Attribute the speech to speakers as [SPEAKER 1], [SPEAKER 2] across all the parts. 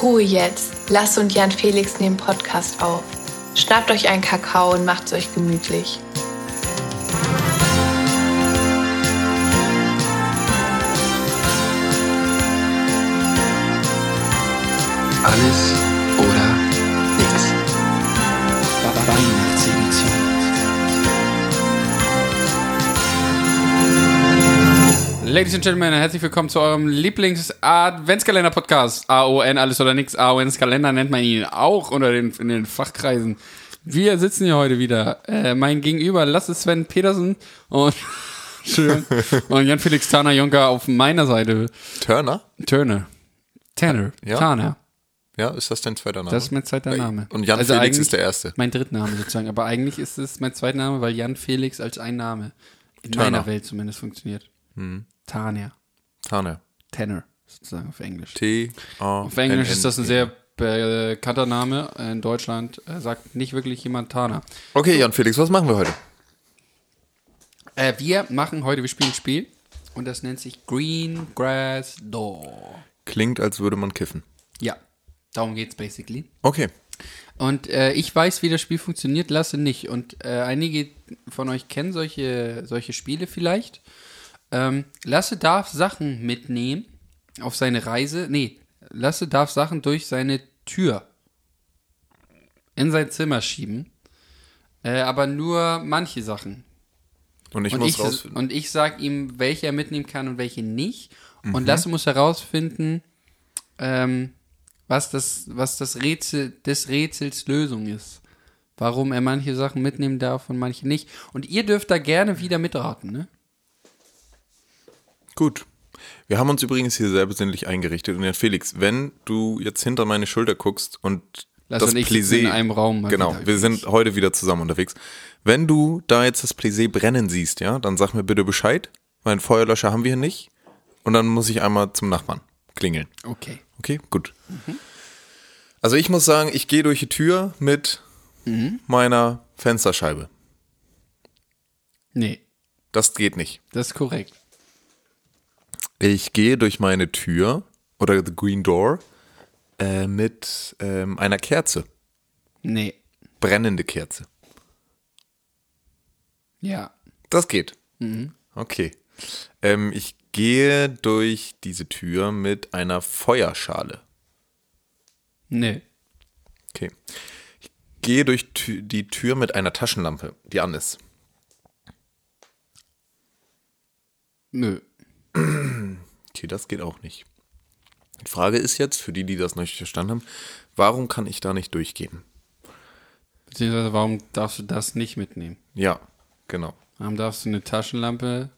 [SPEAKER 1] Ruhe jetzt, lasst und Jan Felix nehmen Podcast auf. Schnappt euch einen Kakao und macht's euch gemütlich.
[SPEAKER 2] Alles oder nichts.
[SPEAKER 3] Ladies and Gentlemen, herzlich willkommen zu eurem Lieblings-Adventskalender-Podcast. AON, alles oder nix. AON-Kalender nennt man ihn auch unter den, in den Fachkreisen. Wir sitzen hier heute wieder. Äh, mein Gegenüber, Lasse Sven Petersen und, schön, und Jan-Felix Tana-Jonker auf meiner Seite.
[SPEAKER 2] Turner?
[SPEAKER 3] Töne. Tanner.
[SPEAKER 2] Ja.
[SPEAKER 3] Tana.
[SPEAKER 2] Ja, ist das dein zweiter Name? Äh,
[SPEAKER 3] Das ist mein zweiter Name. Also
[SPEAKER 2] Und Jan Felix ist
[SPEAKER 3] eigentlich
[SPEAKER 2] der erste.
[SPEAKER 3] Mein Drittname sozusagen. Aber eigentlich ist es mein zweiter Name, weil Jan Felix als ein Name in
[SPEAKER 2] Turner. Hm.
[SPEAKER 3] meiner Welt zumindest funktioniert. Tanja.
[SPEAKER 2] Turner.
[SPEAKER 3] Tanner sozusagen auf Englisch.
[SPEAKER 2] T. E. A.
[SPEAKER 3] Auf Englisch ist das ein sehr bekannter Name. In Deutschland äh, sagt nicht wirklich jemand Tana.
[SPEAKER 2] Okay, Jan Felix, was machen wir heute?
[SPEAKER 3] Äh, wir machen heute, wir spielen ein Spiel und das nennt sich Green Grass Door.
[SPEAKER 2] Klingt, als würde man kiffen.
[SPEAKER 3] Ja, darum geht's basically.
[SPEAKER 2] Okay.
[SPEAKER 3] Und äh, ich weiß, wie das Spiel funktioniert, lasse nicht. Und äh, einige von euch kennen solche, solche Spiele vielleicht. Ähm, lasse darf Sachen mitnehmen auf seine Reise. Nee, Lasse darf Sachen durch seine Tür in sein Zimmer schieben. Äh, aber nur manche Sachen.
[SPEAKER 2] Und ich
[SPEAKER 3] und,
[SPEAKER 2] muss
[SPEAKER 3] ich,
[SPEAKER 2] rausfinden.
[SPEAKER 3] und ich sag ihm, welche er mitnehmen kann und welche nicht.
[SPEAKER 2] Mhm.
[SPEAKER 3] Und Lasse muss herausfinden, ähm, was das, was das Rätsel des Rätsels Lösung ist. Warum er manche Sachen mitnehmen darf und manche nicht. Und ihr dürft da gerne wieder mitraten, ne?
[SPEAKER 2] Gut. Wir haben uns übrigens hier sehr besinnlich eingerichtet. Und Jan Felix, wenn du jetzt hinter meine Schulter guckst und
[SPEAKER 3] Lass
[SPEAKER 2] das
[SPEAKER 3] und ich
[SPEAKER 2] Plissé,
[SPEAKER 3] sitzen in einem Raum mal
[SPEAKER 2] Genau,
[SPEAKER 3] wieder.
[SPEAKER 2] wir sind heute wieder zusammen unterwegs. Wenn du da jetzt das Plissé brennen siehst, ja, dann sag mir bitte Bescheid. Meinen Feuerlöscher haben wir nicht. Und dann muss ich einmal zum Nachbarn klingeln.
[SPEAKER 3] Okay.
[SPEAKER 2] Okay, gut. Also ich muss sagen, ich gehe durch die Tür mit meiner Fensterscheibe.
[SPEAKER 3] Nee,
[SPEAKER 2] Das geht nicht.
[SPEAKER 3] das ist korrekt.
[SPEAKER 2] Ich gehe durch meine Tür oder the Green Door äh, mit ähm, einer Kerze.
[SPEAKER 3] Nee.
[SPEAKER 2] Brennende Kerze.
[SPEAKER 3] Ja.
[SPEAKER 2] Das geht. Okay. Ähm, ich gehe durch diese Tür mit einer Feuerschale.
[SPEAKER 3] Nee.
[SPEAKER 2] Okay. Ich gehe durch tü die Tür mit einer Taschenlampe, die an ist.
[SPEAKER 3] Nö.
[SPEAKER 2] Okay, das geht auch nicht. Die Frage ist jetzt, für die, die das noch nicht verstanden haben, warum kann ich da nicht durchgehen?
[SPEAKER 3] Beziehungsweise, warum darfst du das nicht mitnehmen?
[SPEAKER 2] Ja, genau.
[SPEAKER 3] Warum darfst du eine Taschenlampe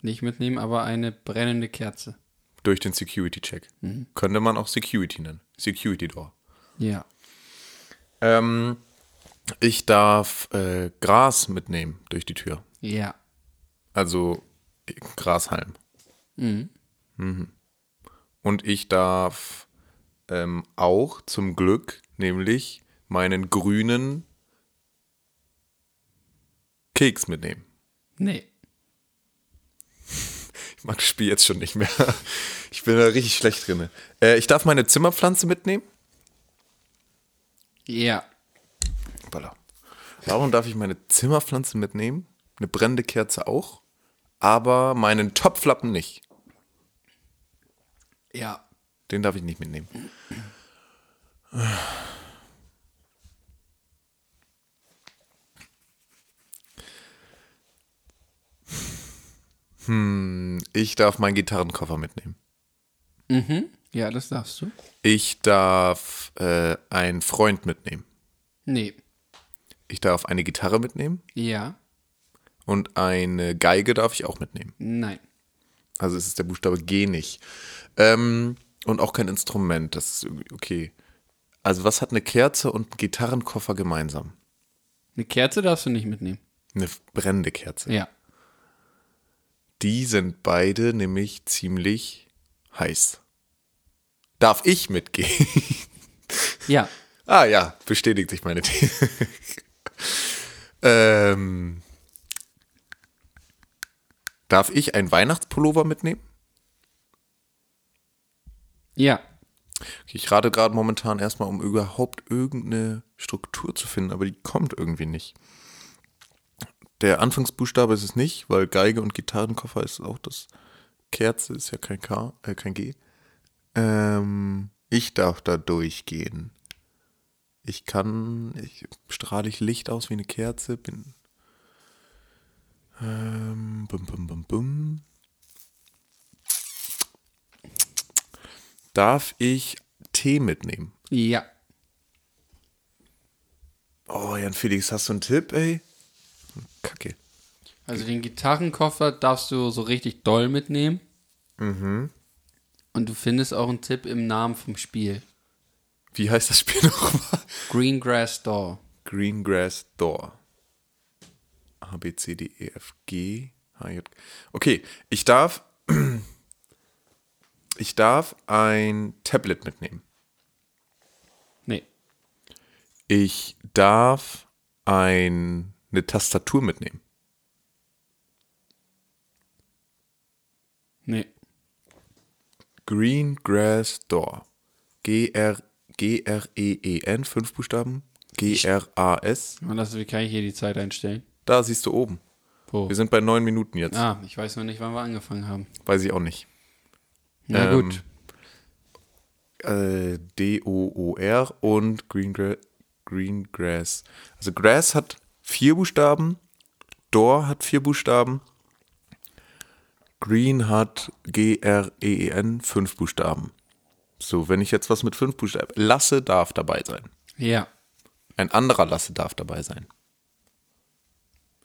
[SPEAKER 3] nicht mitnehmen, aber eine brennende Kerze?
[SPEAKER 2] Durch den Security-Check. Könnte man auch Security nennen. Security-Door.
[SPEAKER 3] Ja.
[SPEAKER 2] Ähm, ich darf äh, Gras mitnehmen durch die Tür.
[SPEAKER 3] Ja.
[SPEAKER 2] Also äh, Grashalm. Mhm. Und ich darf ähm, auch zum Glück, nämlich meinen grünen Keks mitnehmen.
[SPEAKER 3] Nee.
[SPEAKER 2] Ich mag das Spiel jetzt schon nicht mehr. Ich bin da richtig schlecht drin. Äh, ich darf meine Zimmerpflanze mitnehmen.
[SPEAKER 3] Ja.
[SPEAKER 2] Baller. Warum darf ich meine Zimmerpflanze mitnehmen? Eine brennende Kerze auch. Aber meinen Topflappen nicht.
[SPEAKER 3] Ja.
[SPEAKER 2] Den darf ich nicht mitnehmen. Hm, ich darf meinen Gitarrenkoffer mitnehmen.
[SPEAKER 3] Mhm. Ja, das darfst du.
[SPEAKER 2] Ich darf äh, einen Freund mitnehmen.
[SPEAKER 3] Nee.
[SPEAKER 2] Ich darf eine Gitarre mitnehmen
[SPEAKER 3] Ja.
[SPEAKER 2] und eine Geige darf ich auch mitnehmen.
[SPEAKER 3] Nein.
[SPEAKER 2] Also es ist der Buchstabe G nicht. Ähm, und auch kein Instrument. Das ist irgendwie okay. Also was hat eine Kerze und ein Gitarrenkoffer gemeinsam?
[SPEAKER 3] Eine Kerze darfst du nicht mitnehmen.
[SPEAKER 2] Eine brennende Kerze.
[SPEAKER 3] Ja.
[SPEAKER 2] Die sind beide nämlich ziemlich heiß. Darf ich mitgehen?
[SPEAKER 3] Ja.
[SPEAKER 2] ah ja, bestätigt sich meine These. ähm, darf ich einen Weihnachtspullover mitnehmen?
[SPEAKER 3] Ja.
[SPEAKER 2] Ich rate gerade momentan erstmal, um überhaupt irgendeine Struktur zu finden, aber die kommt irgendwie nicht. Der Anfangsbuchstabe ist es nicht, weil Geige und Gitarrenkoffer ist auch das. Kerze ist ja kein K, äh, kein G. Ähm, ich darf da durchgehen. Ich kann, ich strahle ich Licht aus wie eine Kerze, bin. Ähm, bum, bum, bum, bum. Darf ich Tee mitnehmen?
[SPEAKER 3] Ja.
[SPEAKER 2] Oh, Jan Felix, hast du einen Tipp, ey? Kacke.
[SPEAKER 3] Also den Gitarrenkoffer darfst du so richtig doll mitnehmen. Mhm. Und du findest auch einen Tipp im Namen vom Spiel.
[SPEAKER 2] Wie heißt das Spiel nochmal?
[SPEAKER 3] Greengrass Door.
[SPEAKER 2] Greengrass Door. A, B, C, D, E, F, G, H, J. Okay, ich darf. Ich darf ein Tablet mitnehmen.
[SPEAKER 3] Nee.
[SPEAKER 2] Ich darf ein, eine Tastatur mitnehmen.
[SPEAKER 3] Nee.
[SPEAKER 2] Greengrass Door. G-R- G-R-E-E-N, E, fünf Buchstaben. G-R-A-S.
[SPEAKER 3] Und das, wie kann ich hier die Zeit einstellen?
[SPEAKER 2] Da siehst du oben.
[SPEAKER 3] Wo?
[SPEAKER 2] Wir sind bei neun Minuten jetzt.
[SPEAKER 3] Ah, ich weiß noch nicht, wann wir angefangen haben.
[SPEAKER 2] Weiß ich auch nicht.
[SPEAKER 3] Na
[SPEAKER 2] Ähm,
[SPEAKER 3] gut.
[SPEAKER 2] äh, D-O-O-R und Green, Gra Green Grass. Also Grass hat vier Buchstaben, Door hat vier Buchstaben, Green hat G-R-E-E-N E fünf Buchstaben. So, wenn ich jetzt was mit fünf Buchstaben. Lasse darf dabei sein.
[SPEAKER 3] Ja.
[SPEAKER 2] Ein anderer Lasse darf dabei sein.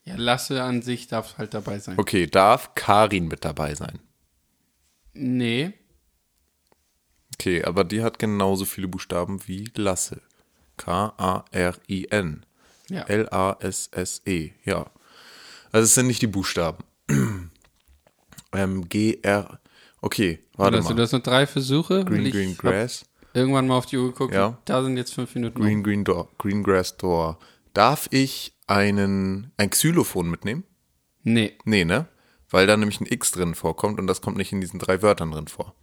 [SPEAKER 3] Ja, Lasse an sich darf halt dabei sein.
[SPEAKER 2] Okay, darf Karin mit dabei sein.
[SPEAKER 3] Nee.
[SPEAKER 2] Okay, aber die hat genauso viele Buchstaben wie Lasse. K-A-R-I-N.
[SPEAKER 3] Ja.
[SPEAKER 2] L-A-S-S-E, E, ja. Also es sind nicht die Buchstaben. ähm, G-R. Okay, warte
[SPEAKER 3] Also, du
[SPEAKER 2] mal.
[SPEAKER 3] hast noch drei Versuche. weil
[SPEAKER 2] Green
[SPEAKER 3] ich
[SPEAKER 2] Green
[SPEAKER 3] hab
[SPEAKER 2] Grass.
[SPEAKER 3] Irgendwann mal auf die Uhr geguckt.
[SPEAKER 2] Ja.
[SPEAKER 3] Da sind jetzt fünf Minuten.
[SPEAKER 2] Green Green Door. Green Grass Door. Darf ich einen ein Xylophon mitnehmen?
[SPEAKER 3] Nee.
[SPEAKER 2] Nee, ne? Weil da nämlich ein X drin vorkommt und das kommt nicht in diesen drei Wörtern drin vor.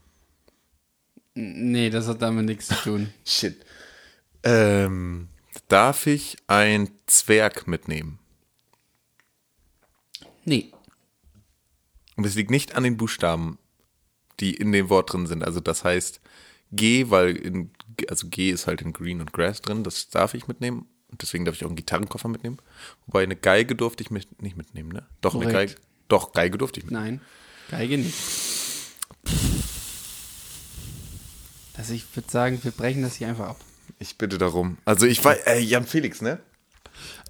[SPEAKER 3] Nee, das hat damit nichts zu tun.
[SPEAKER 2] Shit. Ähm, darf ich ein Zwerg mitnehmen?
[SPEAKER 3] Nee.
[SPEAKER 2] Und es liegt nicht an den Buchstaben, die in dem Wort drin sind. Also das heißt G, weil in, also G ist halt in Green und Grass drin, das darf ich mitnehmen. Und deswegen darf ich auch einen Gitarrenkoffer mitnehmen. Wobei eine Geige durfte ich mit, nicht mitnehmen, ne? Doch, eine
[SPEAKER 3] Korrekt.
[SPEAKER 2] Geige. Doch, Geige durfte ich mitnehmen.
[SPEAKER 3] Nein. Geige nicht. Also ich würde sagen, wir brechen das hier einfach ab.
[SPEAKER 2] Ich bitte darum. Also ich weiß, äh, Jan Felix, ne?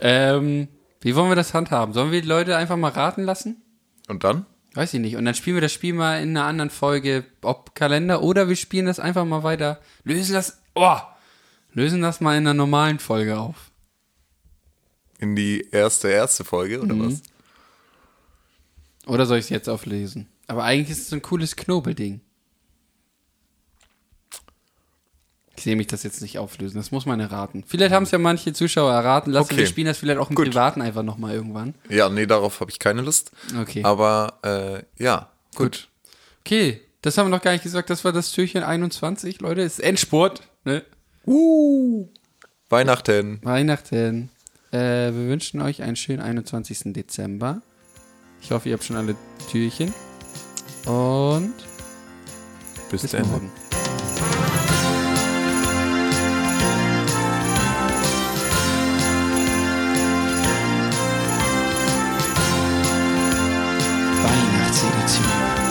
[SPEAKER 3] Ähm, wie wollen wir das handhaben? Sollen wir die Leute einfach mal raten lassen?
[SPEAKER 2] Und dann?
[SPEAKER 3] Weiß ich nicht. Und dann spielen wir das Spiel mal in einer anderen Folge, ob Kalender, oder wir spielen das einfach mal weiter. Lösen das, oh, lösen das mal in einer normalen Folge auf.
[SPEAKER 2] In die erste, erste Folge, oder was?
[SPEAKER 3] Oder soll ich es jetzt auflesen? Aber eigentlich ist es so ein cooles Knobelding. Ich sehe mich das jetzt nicht auflösen. Das muss man erraten. Vielleicht haben es ja manche Zuschauer erraten. Lassen
[SPEAKER 2] Okay.
[SPEAKER 3] wir spielen das vielleicht auch im
[SPEAKER 2] Gut.
[SPEAKER 3] Privaten einfach nochmal irgendwann.
[SPEAKER 2] Ja, nee, darauf habe ich keine Lust.
[SPEAKER 3] Okay.
[SPEAKER 2] Aber äh, ja, gut.
[SPEAKER 3] Okay, das haben wir noch gar nicht gesagt. Das war das Türchen 21, Leute. Ist Endspurt. Ne?
[SPEAKER 2] Uh, Weihnachten.
[SPEAKER 3] Weihnachten. Äh, wir wünschen euch einen schönen 21. Dezember. Ich hoffe, ihr habt schon alle Türchen. Und
[SPEAKER 2] Bis,
[SPEAKER 3] bis
[SPEAKER 2] dann.
[SPEAKER 3] morgen. Weihnachtsedition.